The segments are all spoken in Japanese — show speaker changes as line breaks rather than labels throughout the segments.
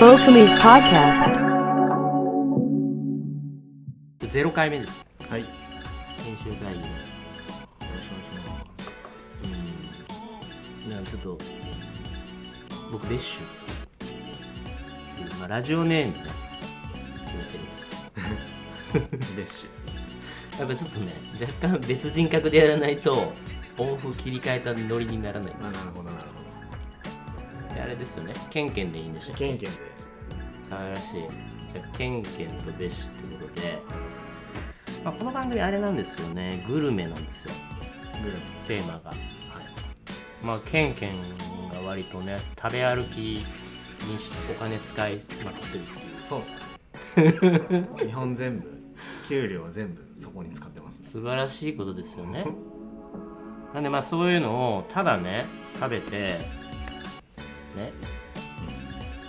Bokumi's Podcast.
ゼロ回目です。
はい、よ
編集会議の。
ろしくお願いします。
うん。なんかちょっと、僕、レッシュ。まあ、ラジオネームね、決めてるんですよ。
レッ シ
やっぱちょっとね、若干別人格でやらないと、音符切り替えたノリにならない。
ュ。なるほど、なるほ
であれですよね、ケンケンでいいんでした
ど。
っ
ケン
け
ケンで。
可愛らしい。じゃあ、ケンケンとベッシュってことで、まあ、この番組あれなんですよね、グルメなんですよ、
グルメ。
テーマが。
はい。
まあ、ケンケンが割とね食べ歩きにお金使いまくってるっていう
そうっす ね。日本全部、給料は全部そこに使ってますね。
素晴らしいことですよねなんでまあそういうのをただね食べてね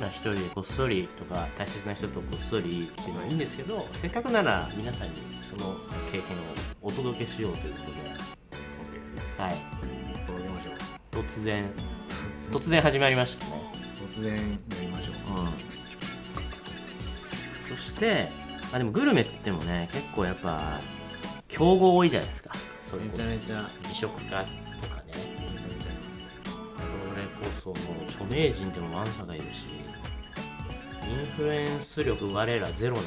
まあ一人でこっそりとか大切な人とこっそりっていうのはいいんですけどせっかくなら皆さんにその経験をお届けしようということで
ケです。
はい
届けましょう。
突然突然始まりましたね
突然やりましょう。
そしてあでもグルメっつってもね結構やっぱ競合多いじゃないですかそれ
め
こ
ちゃめちゃ、
そ美食家とかね
めちゃめちゃありますね。
それこそもう著名人でも満差がいるしインフルエンス力我らゼロなん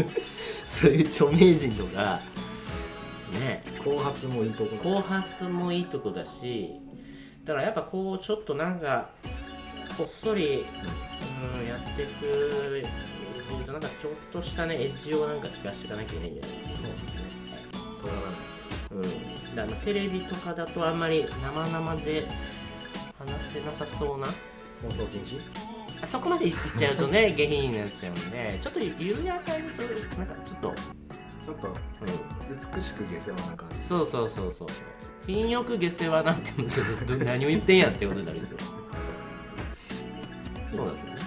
で そういう著名人とかね
後発もいいとこです。
後発もいいとこだしだからやっぱこうちょっとなんかこっそり、うん、やっていくなんかちょっとしたねエッジをなんか聞かしていかなきゃいけないんじゃないですか
そうっすね。
とらない、うん、だからテレビとかだとあんまり生々で話せなさそうな
放送禁止
あそこまでいっちゃうとね下品になっちゃうんでちょっと緩やかにそういうなんかちょっと、
ちょっと、
うん、
美しく下世話な感じ。
そうそうそうそう品よく下世話なんて言うんだけどど何を言ってんやんってことになるけどそうなんですよね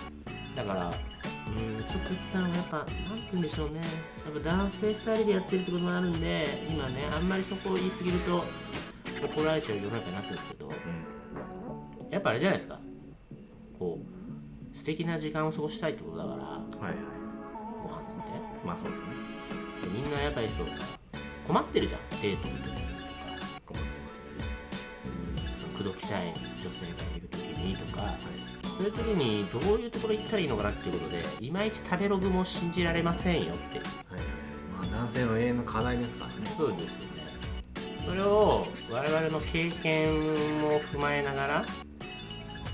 だからうんちょっとずつさんはやっぱなんて言うんでしょうねやっぱ男性2人でやってるってこともあるんで今ねあんまりそこを言い過ぎると怒られちゃう世の中になってるんですけど
うん。
やっぱあれじゃないですかこう素敵な時間を過ごしたいってことだから
はいはい。
ご飯なんて
まあそうっすね。
でみんなやっぱりそうさ困ってるじゃんデートの時にとか
困ってますね。
その口説きたい女性がいる時にとか
はい。
そういう時にどういうところ行ったらいいのかなっていうことでいまいち食べログも信じられませんよって
はいはい。まあ男性の永遠の課題ですからね。
そうですよねそれを我々の経験も踏まえながら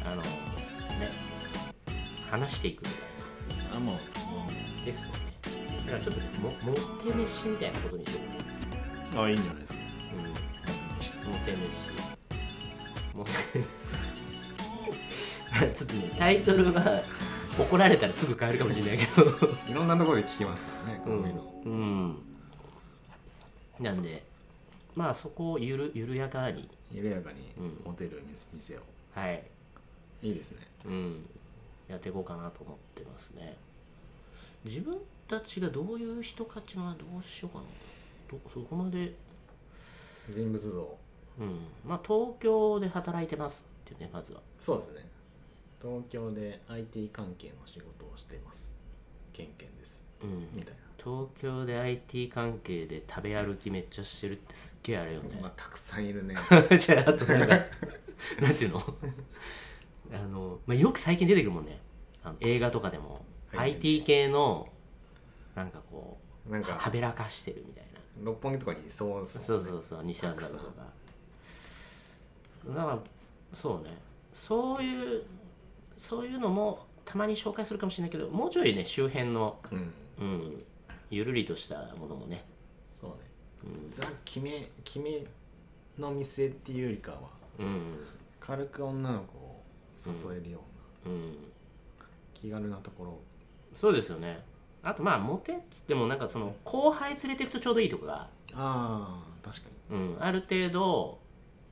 あのね話していくみたい
あ、もう、そ
なですよねだからちょっとももって飯みたいなことにしよう
のあ、いいんじゃないです
うん
か。
モテ飯モテ飯ちょっとねタイトルが怒られたらすぐ変えるかもしれないけど
いろんなところで聞きますからね、こういうの。
うんなんでまあそこをゆる緩やかに
緩やかに
うん
モテる店を。
はい、
いいですね。
うん、やっていこうかなと思ってますね自分たちがどういう人かっていうのはどうしようかなどそこまで
人物像。
うんまあ東京で働いてますっていうねまずは
そうですね。東京で IT 関係の仕事をしています。ケンケンです。
うん
みたいな。
東京で IT 関係で食べ歩きめっちゃしてるってすっげえあれよね
まあ、たくさんいる ね。
じゃああと なんかなんていうのあの、まあ、よく最近出てくるもんねあの映画とかでも、
はい
IT 系のなんかこう
なん
は
か、
べらかしてるみたいな
六本木とかにいそうです
そうそうそう西麻布とかだからそうねそういうそういうのもたまに紹介するかもしれないけどもうちょいね周辺の、
うん。
うん、ゆるりとしたものもね
そうね。ザ・決め、決めの店っていうよりかは、
うん
軽く女の子を誘えるような、
うん
気軽なところ。
そうですよねあとまあモテっつってもなんかその後輩連れていくとちょうどいいとかが、
ああ、確かに。
うん、ある程度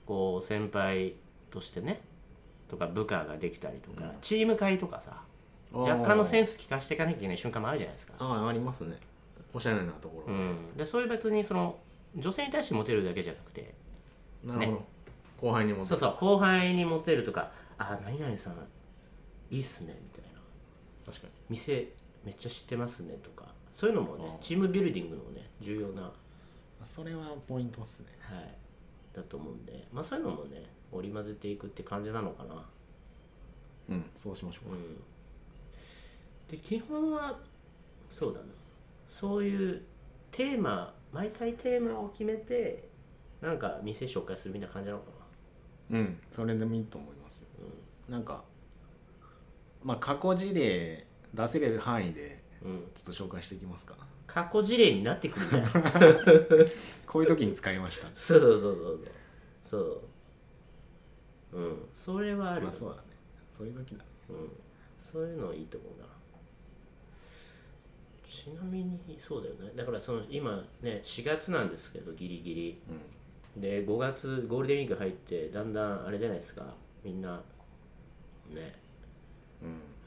こう先輩としてねとか部下ができたりとか、チーム会とかさ若干のセンス聞かしていかなきゃいけない瞬間もあるじゃないですか、
ああありますねおしゃれなとこ
う
ろ、
ん、でそういう別にその女性に対してモテるだけじゃなくて
なるほど、後輩にも
そうそう後輩にモテるとか「あ何々さんいいっすね」みたいな
確かに
店めっちゃ知ってますねとかそういうのもねチームビルディングのね重要な、は
あそれはポイントっすね
い、だと思うんでまあそういうのもね織り交ぜていくって感じなのかな
うん
そうしましょう
う
か、
んで基本はそうだなそういうテーマ毎回テーマを決めてなんか店紹介するみたいな感じなのか
うん
それでもいいと思いますよ
な
なんかまあ過去事例出せれる範囲で
うん、うん、
ちょっと紹介していきますか
過去事例になってくるね
こういう時に使いました
そうそうそうそうそうそううんそれはあるよ
まあそうだねそういう時だね
うん、そういうのいいと思うなちなみにそうだよねだからその今ね4月なんですけどギリギリ、で5月ゴールデンウィーク入ってだんだんあれじゃないですかみんなね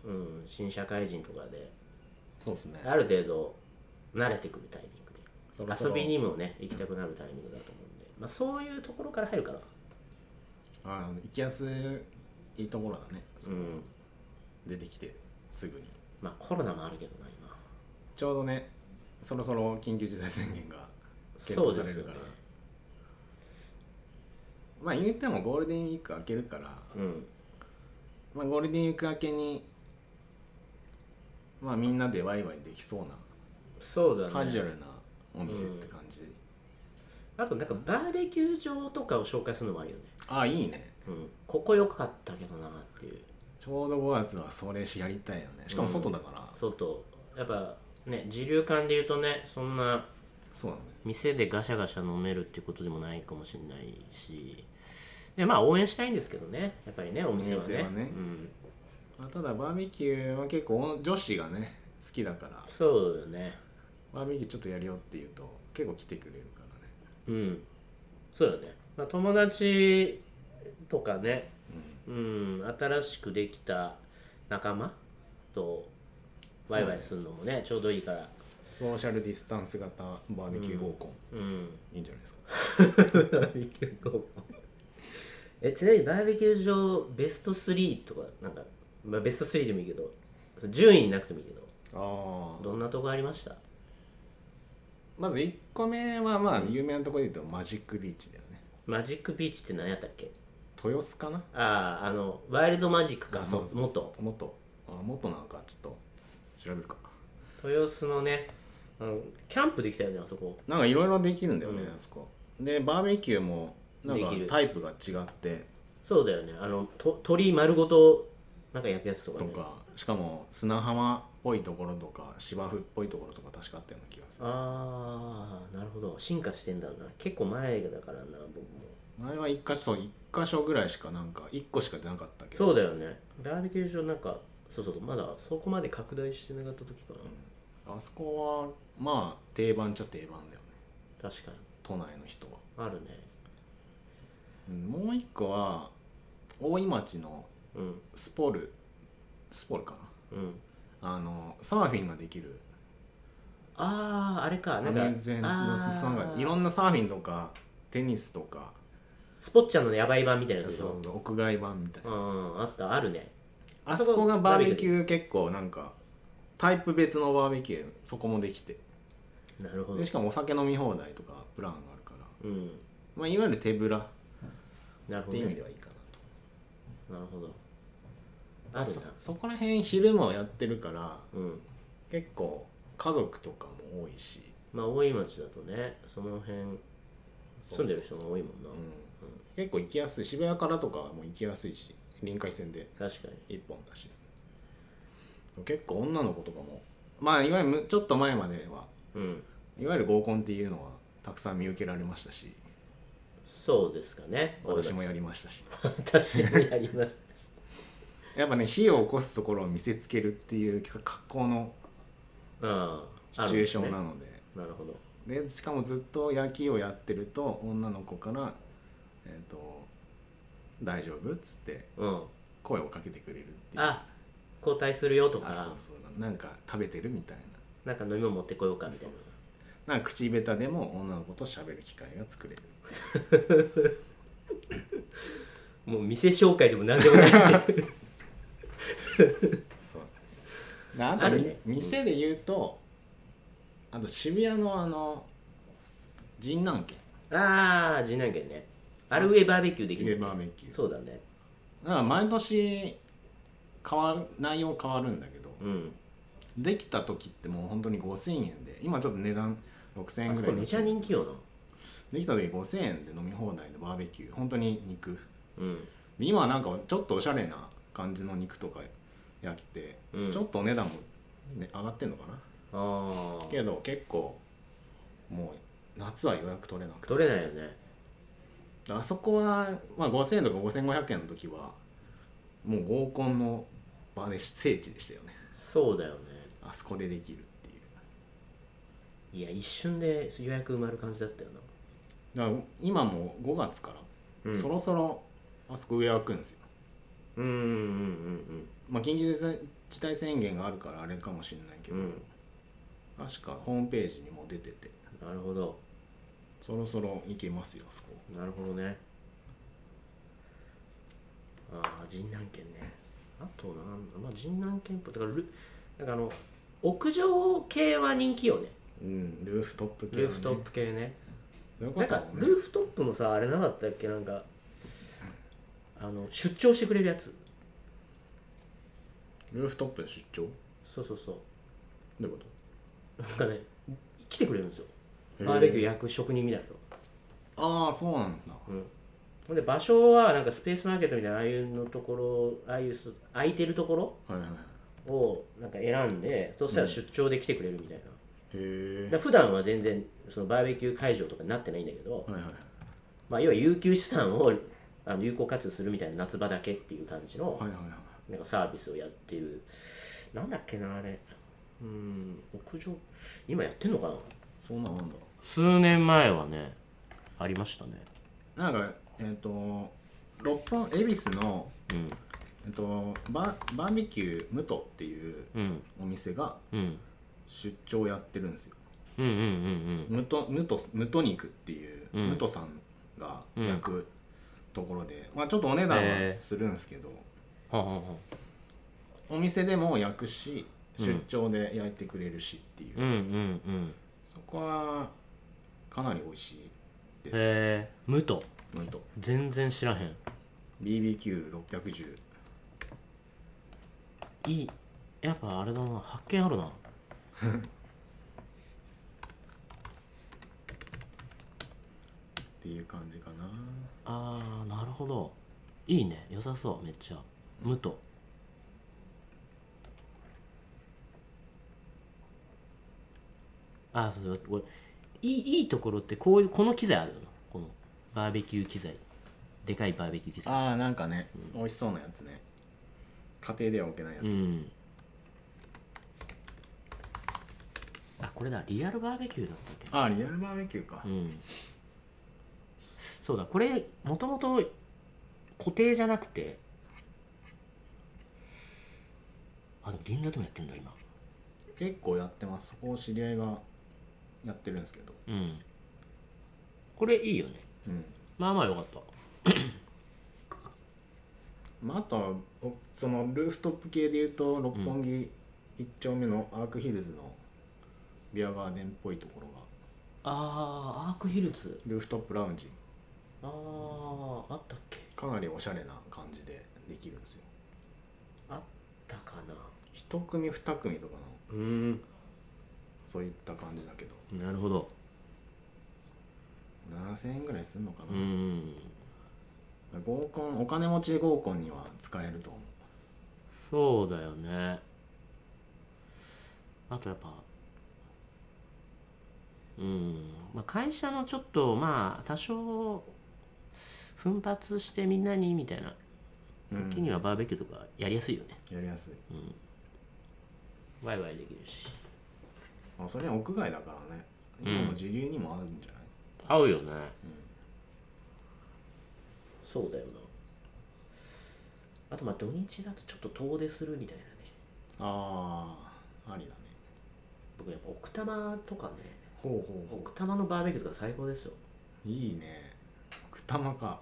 うん
うん新社会人とかで
そうですね
ある程度慣れてくるタイミングで
そろそろ
遊びにもね行きたくなるタイミングだと思うんで、まあ、そういうところから入るから
あ行きやすいところだね
うん
出てきてすぐに
まあコロナもあるけどな今
ちょうどねそろそろ緊急事態宣言が検
そう
討さ
で
れ
す
る
よ
か
ね
らまあ言ってもゴールデンウィーク明けるから、
うん
まあ、ゴールデンウィーク明けにまあみんなでワイワイできそう
そうだ
な
ね
カジュアルなお店って感じ、
あとなんかバーベキュー場とかを紹介するのもあるよね、
ああいいね
うん、ここ良かったけどなっていう
ちょうど5月はそれしやりたいよねしかも外だから、
外やっぱね自流感で言うとねそんな
そうだね
店でガシャガシャ飲めるっていうことでもないかもしれないしでまあ応援したいんですけどねやっぱりねお店はね
お店はね
うん、
まあただバーベキューは結構女子がね好きだから
そうよね
バーベキューちょっとやるよって言うと結構来てくれるからね
うんそうよね、まあ、友達とかね、うん新しくできた仲間とワイワイするのもねちょうどいいから
ソーシャルディスタンス型バーベキュー合コン、
うん
いいんじゃないですか
バーベキュー合コン えちなみにバーベキュー場ベスト3とかなんか、まあ、ベスト3でもいいけど順位になくてもいいけど
あ
どんなとこありました
まず1個目はまあ有名なところで言うとマジックビーチだよね
マジックビーチって何やったっけ
豊洲かな
あああのワイルドマジックか
あ
も元
元あ元なんかちょっと調べるか
豊洲のねあのキャンプできたよねあそこ
なんかいろいろできるんだよね、
うん
あそこでバーベキューもなんか
できる
タイプが違って
そうだよねあのと鳥丸ごとなんか焼くやつとか
と
ね
かしかも砂浜っぽいところとか芝生っぽいところとか確かあったような気がする
ああなるほど進化してんだな結構前だからな僕も
前は1箇所一箇所ぐらいしかなんか1個しか出なかったけど
そうだよねバーベキュー場なんかそうそうまだそこまで拡大してなかった時かな、
あそこはまあ定番っちゃ定番だよね
確かに
都内の人は、
あるね
うんもう一個は大井町の
うん
スポルスポルか
うん
なあのサーフィンができる
あああれか
ア
なん
ミュ
か
ーズメント
あー
なんかいろんなサーフィンとかテニスとか
スポッチャのやばい版みたいなやつでし
そ
ょ
うそう屋外版みたいな
うんあったあるね
あそこがバーベキュー結構なんかタイプ別のバーベキューそこもできて
なるほど
でしかもお酒飲み放題とかプランがあるから、
うん
まあ、いわゆる手ぶらっ
なるほ
て
ど、
いう
ね
意味で、はいいかな
な
と
るほどあるな
そこら辺昼もやってるから
うん
結構家族とかも多いし、
まあ大井町だとねその辺住んでる人が多いもんな、
うん結構行きやすい渋谷からとかも行きやすいし臨海線で
確かに
一本だし結構女の子とかもまあいわゆるむちょっと前までは
うん
いわゆる合コンっていうのはたくさん見受けられましたし
そうですかね
私もやりましたし
私もやりましたし
やっぱね火を起こすところを見せつけるっていう格好の
うん
シチュエーションな
あるんです
ので,、
ねなるほど
でしかもずっと野球をやってると女の子から「えー、と大丈夫?」っつって
うん
声をかけてくれるっていう
あ交代するよと
あそ
か
うそうなんか食べてるみたい
なんか飲み物持ってこようか
な
みたいな
そうそうなんか口下手でも女の子と喋る機会が作れる
もう店紹介でも何でもない
そうであと
ある
み
ね
店で言うとあと渋谷のあの神南家
ああ、次男家ね。あれ上バーベキューでき
ヒゲ
る。
バーベキュー
そうだね。
だから毎年変わる内容変わるんだけど
うん。
できた時ってもう本当に5000円で今ちょっと値段6000
あ
円
そ
ぐ
こ
らい
めちゃ人気よな。
できた時5000円で飲み放題のバーベキュー本当に肉
うん。
で今はなんかちょっとおしゃれな感じの肉とか焼きて、
うん
ちょっとお値段も、ね、上がってんのかな
ああ。
けど結構もう夏は予約取れなくて
取れないよね。
あそこは、まあ、5000円とか5500円の時はもう合コンの場で聖地でしたよね
そうだよね。
あそこでできるっていう
いや、一瞬で予約埋まる感じだったよな。
だから今も5月から、
うん。
そろそろあそこ上開くんですよ
うんうんうん
まあ緊急事態宣言があるからあれかもしれないけ
うんう
ど、
ん。
確かホームページにも出てて
うん。なるほど。
そろそろ行けますよあそこ
なるほどねああ神南県ねあとなんだまあ神南県っぽいだからルなんかあの屋上系は人気よね
うんルーフトップ系、ね、
ルーフトップ系ね
それこ
なん
そ、
か
ね、
ルーフトップもさあれなかったっけなんかあの出張してくれるやつ
ルーフトップで出張
そうそうそ
どういうこ
うなんかね来てくれるんですよ
へえ
バーベキュー焼く職人みたいな人
とああそうなんだ
ほんで場所はなんかスペースマーケットみたいなああいうのところああいうす空いてるところ
はいはいへ
をなんか選んでそしたら出張で来てくれるみたいな、だか
え
ら普段は全然そのバーベキュー会場とかになってないんだけど、
はいはい
まあ、要は有給資産をあの有効活用するみたいな夏場だけっていう感じの
はいはいはい
なんかサービスをやってるなんだっけなあれうん屋上今やってんのかな
そんなもんだ
数年前はねありましたね
なんかえっ、と六本恵比寿の、えっとババーベキュームトっていう
うん
お店が
うん
出張やってるんですよ
うんうんうん
ムトムトムト肉っていう、
うん
ムトさんが焼くところで、まあちょっとお値段
へ
は
え
するんですけど、
ははは
お店でも焼くし
うん
出張で焼いてくれるしっていう、
うんうんうん
そこはかなり美味しいです、
へえ無と
うんと
全然知らへん
BBQ610
いいやっぱあれだな発見あるな
っていう感じかな
あーなるほどいいね良さそうめっちゃ無とあーそうそうこれいいいいところってこういうこの機材あるよなこのバーベキュー機材でかいバーベキュー機材
あーなんかね、美味しそうなやつね家庭では置けないやつ、
うんあこれだリアルバーベキューだったっけ
ああリアルバーベキューか、
うんそうだこれもともと固定じゃなくてあでも銀座でもやってんだ今
結構やってますそこを知り合いがやってるんですけど
うんこれいいよね
うん
まあまあよかった
まあ、あとはおそのルーフトップ系でいうと六本木一丁目のアークヒルズのビアガーデンっぽいところが
あーアークヒルズ
ルーフトップラウンジ
あーあったっけ
かなりおしゃれな感じでできるんですよ
あったかな
一組二組とかの
うーん
そういった感じだけど
なるほど
7000円ぐらいするのか
うー
な、
ん
合コンお金持ち合コンには使えると思
そうだよねあとやっぱうん、まあ、会社のちょっとまあ多少奮発してみんなにみたいな
う、うん
時にはバーベキューとかやりやすいよね、
やりやすい、
ワイワイできるし
まあ、それは屋外だからね今の時流にもあるんじゃない、
合うよね、そうだよなあとまあ土日だとちょっと遠出するみたいなね
ああありだね
僕やっぱ奥多摩とかね
ほうほうほ
奥多摩のバーベキューとか最高ですよ
ういいね奥多摩か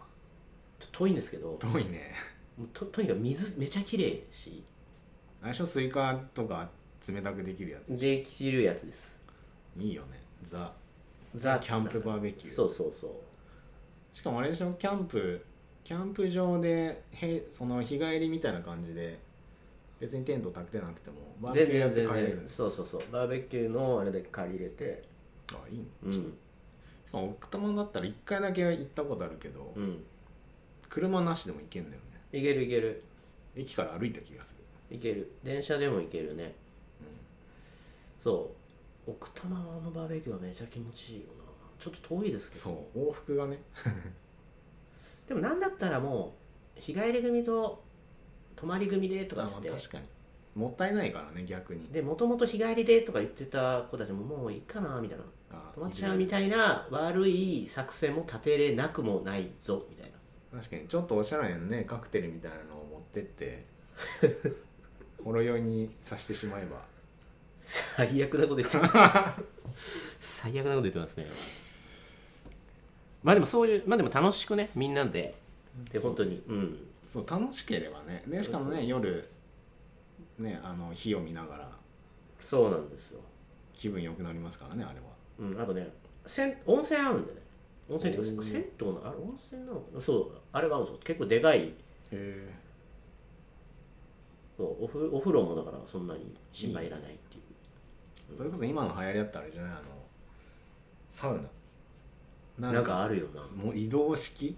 ちょっと遠いんですけど
遠いね
もうととにかく水めちゃ綺麗し
最初スイカとか冷たくできるやつ
できるやつです
いいよねザ
ザ
キャンプバーベキュー
そうそうそう
しかもあれでしょキャンプキャンプ場でへその日帰りみたいな感じで別にテント立てなくてもバーベ
全
キューやっ
然
て
全
帰れるん
然
です
そうそうそうバーベキューのあれで借りれて
あいいね
うん
しかも奥多摩だったら1回だけ行ったことあるけど、
うん
車なしでも行けんだよね
いけるいける
駅から歩いた気がする
いける電車でも行けるね、そう奥多摩のバーベキューはめちゃ気持ちいいよなちょっと遠いですけど
そう往復がね
でもなんだったらもう日帰り組と泊まり組でと
あ
かっ
ま
つっ
あ
て
確かにもったいないからね逆に
でもともと日帰りでとか言ってた子たちももういいかなみたいな
あ
泊まっちゃうみたいな悪い作戦も立てれなくもないぞみたいな
確かにちょっとおしゃれなねカクテルみたいなのを持ってって ほろ酔いにさしてしまえば
最悪なこと言ってます 最悪なこと言ってますねまあでもそういうまあでも楽しくねみんなでで本当にうん
そう楽しければねでしかも
そう
ね夜ねあの火を見ながら
そうなんですよ、
気分良くなりますからねあれは
うん、あとねせん温泉あるんでね温泉っていう
う
か
ん
銭湯のあれ温泉なのかなそうあれがあるんですよ結構でかい
へ
そうおふお風呂もだからそんなに心配いらないっていう
えそれこそ今の流行りだったらあれじゃないあのサウナ
なんかあるよな
もう移動式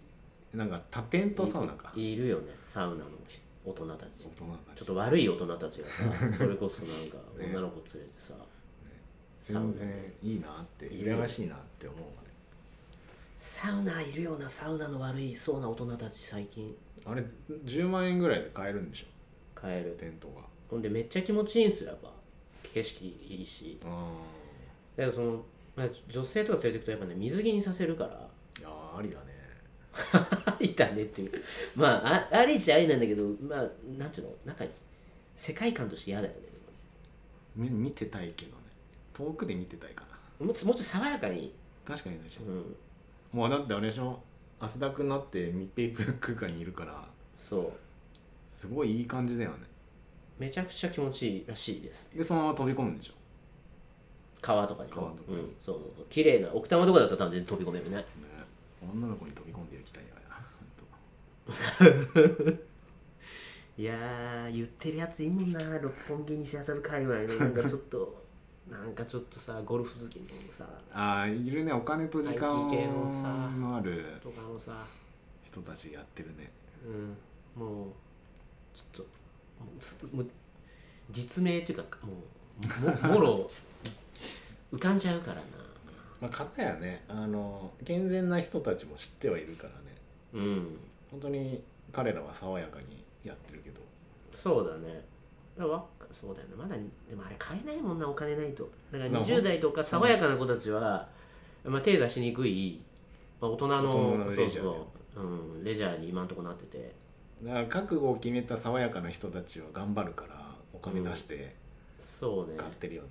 なんか多テントサウナか
いいるよねサウナの人大人たち
大人だ
ちょっと悪い大人たちがさそれこそなんか
ね
女の子連れてさ、サウナ
全然
で
いいなって羨ましいなって思うあれ
サウナいるようなサウナの悪いそうな大人たち最近
あれ10万円ぐらいで買えるんでしょ
帰る
テントが
ほんでめっちゃ気持ちいいんすよやっぱ景色いいし
あ
だからその、まあ、女性とか連れてくとやっぱね水着にさせるから
ーいやーありだね
ありだねっていうまああありっちゃありなんだけどまあなんていうのなんか世界観として嫌だよね
み見てたいけどね遠くで見てたいかな
もうちょもうちょっと爽やかに、
確かにでしょ
うん、
もうだってあれでしょ汗だくになって密閉空間にいるから
そう
すごいいい感じだよね
めちゃくちゃ気持ちいいらしいです
でそのまま飛び込むんでしょ
川とかに
川とかに
うん、そう綺麗な奥多摩とかだったら多分飛び込めるね
ね女の子に飛び込んでいきたいよなほんと
いやー言ってるやついいもんな六本木西麻布界隈のなんかちょっとなんかちょっとさゴルフ好きのさ
ああいるねお金と時間
IT 系のさ
のある
とかのさ
人たちやってるね
うんもうちょっともうすもう実名っていうかもうもも ろ浮かんじゃうからな
まあ方やねあの健全な人たちも知ってはいるからね
うん
本当に彼らは爽やかにやってるけど
そうだねだからわそうだよねまだでもあれ買えないもんなお金ないとだから
なるほど
20代とか爽やかな子たちは、まあ、手出しにくい、まあ、大人の
大人のレジャーだよ
そうそう、うん、レジャーに今んとこなってて
だから覚悟を決めた爽やかな人たちは頑張るからお金出して
そうね
買ってるよね、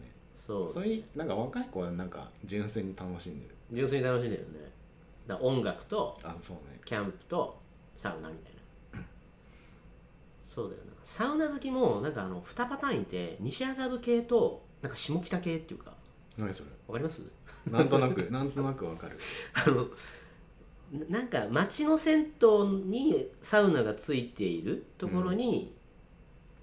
そう
そういうなんか若い子はなんか純粋に楽しんでる
純粋に楽しんでるよねだから音楽と
あそうね
キャンプとサウナみたいなそうだよなサウナ好きもなんかあの2パターンいて西麻布系となんか下北系っていうか
何それ
わかります
なんとなく なんとなくわかる
あのななんか町の銭湯にサウナがついているところに、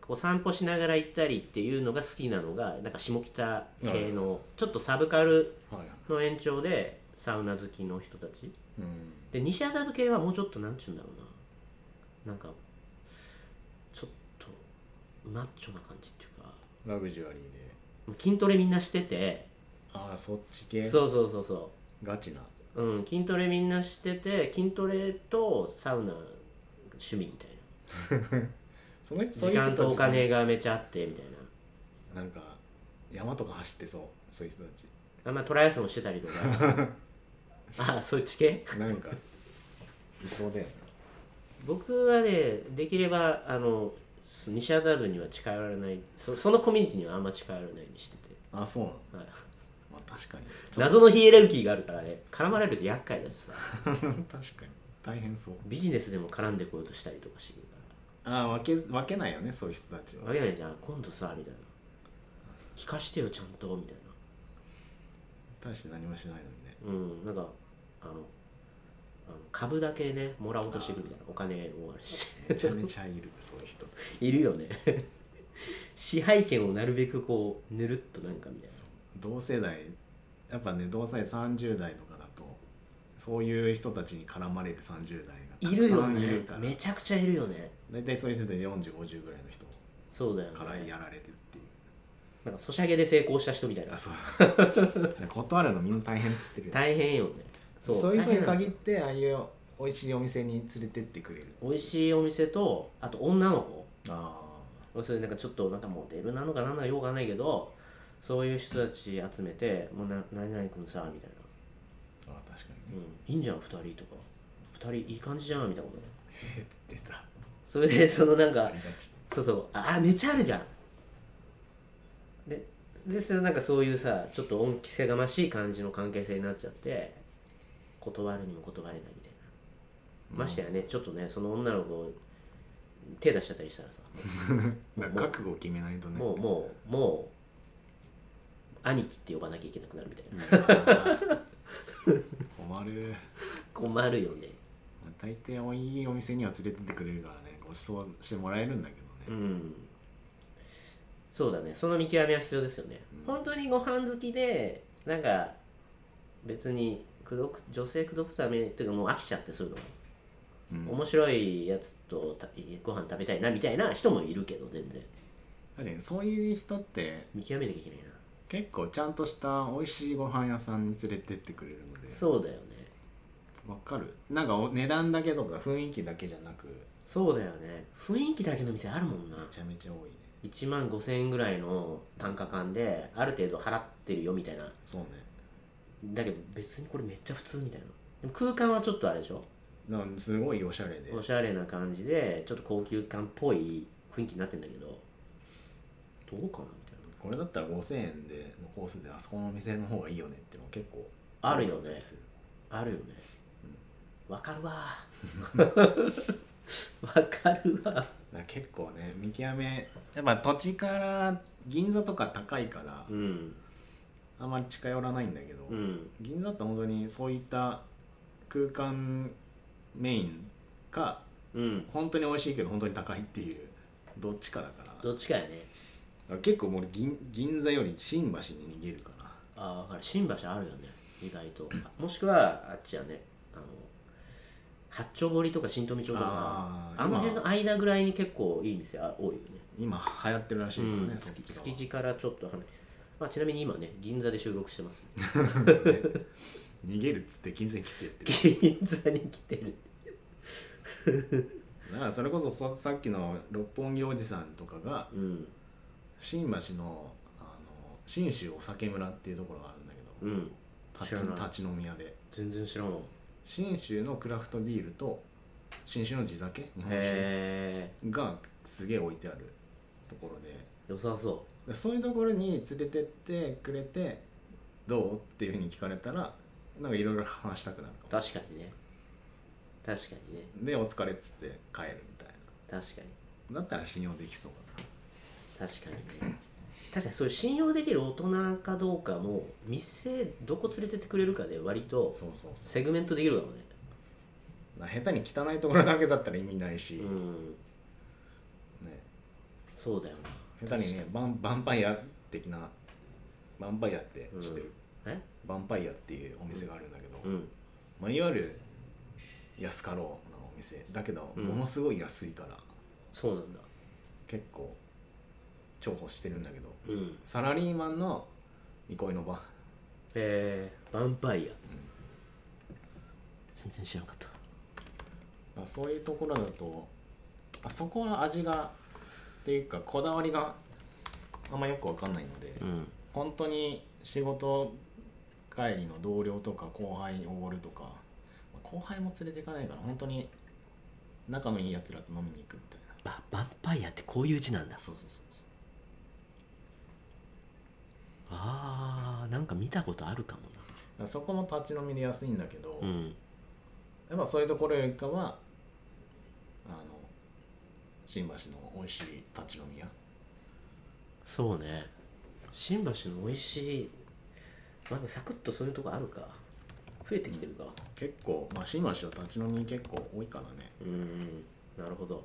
こう散歩しながら行ったりっていうのが好きなのがなんか下北系のちょっとサブカル
はいはい
の延長でサウナ好きの人たち
うん
で西麻布系はもうちょっとなんちゅうんだろうななんかちょっとマッチョな感じっていうか
ラグジュアリーで
筋トレみんなしてて
ああそっち系
そうそうそうそう
ガチな
うん、筋トレみんなしてて筋トレとサウナ趣味みたい
その人そう
な
い
時間
う人たち
とお金がめちゃあってみたい
なんか山とか走ってそうそういう人たち
なあまあトライアスロンしてたりとか あそういう地形
なんか いそうだよね
僕はねできればあの西麻布には近寄られないそそのコミュニティにはあんま近寄らないようにしてて、
あそうなの
はい、
まあ確かにちょ
謎のヒエラルキーがあるからね絡まれると厄介だしさ
確かに大変そう
ビジネスでも絡んでこようとしたりとかしてくるか
ああ分け分けないよねそういう人たち
ら
は
わけないじゃん今度さみたいな聞かしてよちゃんとみたいな
大して何もしないのに ね
うん、なんかあのあの株だけねもらおうとしてくるみたいなお金をあれし
めちゃめちゃいるそういう人
ているよ ね支配権をなるべくこうぬるっとなんかみたいな
同世代やっぱね同世代30代とかだとそういう人たちに絡まれる30代が
い
たく
るよ
さん
ね
いるから
めちゃくちゃいるよね
大体そういう人で4050ぐらいの人
そうだよね
からやられてっていう
なんかソシャゲで成功した人みたいな
あそう 断るのみんな大変っつってるよ
大変よねそ
そうういう人
大
に
変なんで
限っ
すよ
てああいう美味しいお店に連れてってくれる
美味しいお店とあと女の子
あ
要するになんかちょっとなんかモデルなのかなんだかようがないけどそういう人たち集めて「もうな何々君さ」みたいな
あ確かにね
うん、いいんじゃん2人とか2人いい感じじゃんみたいなこと
出た
それでそのなんか
ありがち
そうそうああめっちゃあるじゃんででそのなんかそういうさちょっと恩着せがましい感じの関係性になっちゃって断るにも断れないみたいなましてやねちょっとねその女の子手出しちゃったりしたらさ
だから覚悟を決めないとね
もうもうもう兄貴って呼ばなきゃいけなくなるみたいな
困る
困るよね
大抵おいいお店には連れてってくれるからねごちそうしてもらえるんだけ
う
どね、
んそうだねその見極めは必要ですよね、本当にご飯好きでなんか別に口説く女性口説くためっていうかもう飽きちゃってそういうのが、
うん
面白いやつとたご飯食べたいなみたいな人もいるけど全然
確かにそういう人って
見極めなきゃいけないな
結構ちゃんとした美味しいご飯屋さんに連れてってくれるので
そうだよね
わかるなんかお値段だけとか雰囲気だけじゃなく
そうだよね雰囲気だけの店あるもんな
めちゃめちゃ多いね
1万5000円ぐらいの単価感である程度払ってるよみたいな
そうね
だけど別にこれめっちゃ普通みたいなでも空間はちょっとあれでしょ
なんかすごいおしゃれで
おしゃれな感じでちょっと高級感っぽい雰囲気になってんだけどどうかなみたいな
これだったら5000円でのコースであそこのお店の方がいいよねっていうの結構
あるよね
する
あるよねわかる わわかるわ
だから結構ね見極めやっぱ土地から銀座とか高いから、
うん
あんまり近寄らないんだけど、
うん
銀座って本当にそういった空間メインか
うん
本当に美味しいけど本当に高いっていうどっちかだからだか
どっちかやね
ら結構もう銀銀座より新橋に逃げるかな
ああ分かる新橋あるよね意外とあもしくはあっちやねあの八丁堀とか新富町とか
あー
あの辺の間ぐらいに結構いい店あ多いよね
今流行ってるらしいからね、
うん、
築地が
築地からちょっと離れまあ、ちなみに今ね銀座で収録してます、ね、
逃げるっつって銀座に来てやってる
銀座に来てる
だからそれこそささっきの六本木おじさんとかが
うん
新橋のあの新州お酒村っていうところがあるんだけど
うん知らない
立ち立ち飲み屋で
全然知らんわ
信州のクラフトビールと信州の地酒日本酒
へえ
がすげえ置いてあるところで
良さそ
でそういうところに連れてってくれてどうっていうふうに聞かれたらなんかいろいろ話したくなる
う
かも
確かにね確かにね
でお疲れっつって帰るみたい
確かに
なだったら信用できそうか
確かにね確かにそういう信用できる大人かどうかも店どこ連れてってくれるかで割
な
と
そうそうそ
セグメントできるかもね
うな下手に汚いところだけだったら意味ないし、
うん
ね、
そうだよな
下手にねバンバンパイア的なバンパイアって知ってる、
え
バンパイアっていうお店があるんだけど、
うん
まあ、いわゆる安かろうなお店だけど、
うん
ものすごい安いから
そうなんだ
結構重宝してるんだけど
うんへ
サラリーマンの憩いの場
えヴァンパイア、全然知らなかった
まあそういうところだとあそこは味がっていうかこだわりがあんまよくわかんないので、
うん
本当に仕事帰りの同僚とか後輩におごるとかまあ後輩も連れていかないから本当に仲のいいやつらと飲みに行くみたいな
あヴァンパイアってこういう字なんだ
そうそうそうそう
あーなんか見たことあるかも
だからそこも立ち飲みで安いんだけど、
なうん
やっぱそういうところよりかはあの新橋の美味しい立ち飲み屋
そうね新橋の美味しいなんかサクッとそういうとこあるか増えてきてるか
結構まあ新橋は立ち飲み結構多いからね
うんなるほど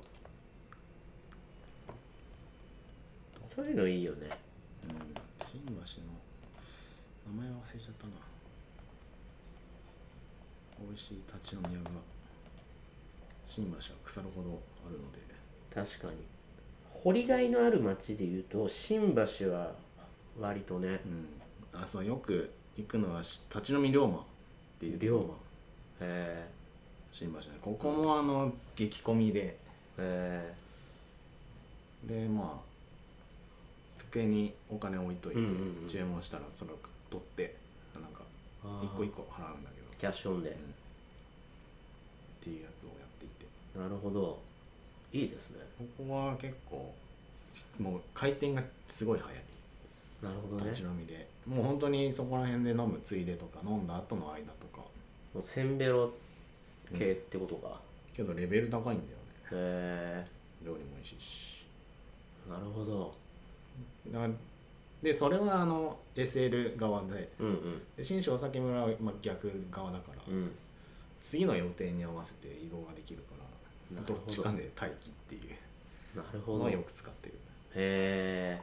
そういうのいいよね
うん新橋の名前忘れちゃったな美味しい立ち飲み屋が新橋は腐るほどあるので
確かに堀がいのある町でいうと新橋は割とね
うんあそうよく行くのはし立ち飲み龍馬っていう
龍馬へ
新橋ねここもあの激混みで
えへ
でまあ机にお金置いといて、
うんうんうん
注文したらそれを取ってなんか
え
一個一個払うんだけど
キャッシュオンで、
っていうやつをやっていて
なるほどいいですね
ここは結構もう回転がすごい早い
なるほどね
立ち飲みでもう本当にそこら辺で飲むついでとか飲んだ後の間とか
もうせんべろ系ってことか、
けどレベル高いんだよね
へえ
料理も美味しいし
なるほど
だからでそれはあの SL 側で
うんうん
で新庄酒村はまあ逆側だから、
うん
次の予定に合わせて移動ができるから
なる
ど
ほど
っちかで待機っていう
なるほ
の
ど
を
へ
よく使ってる
え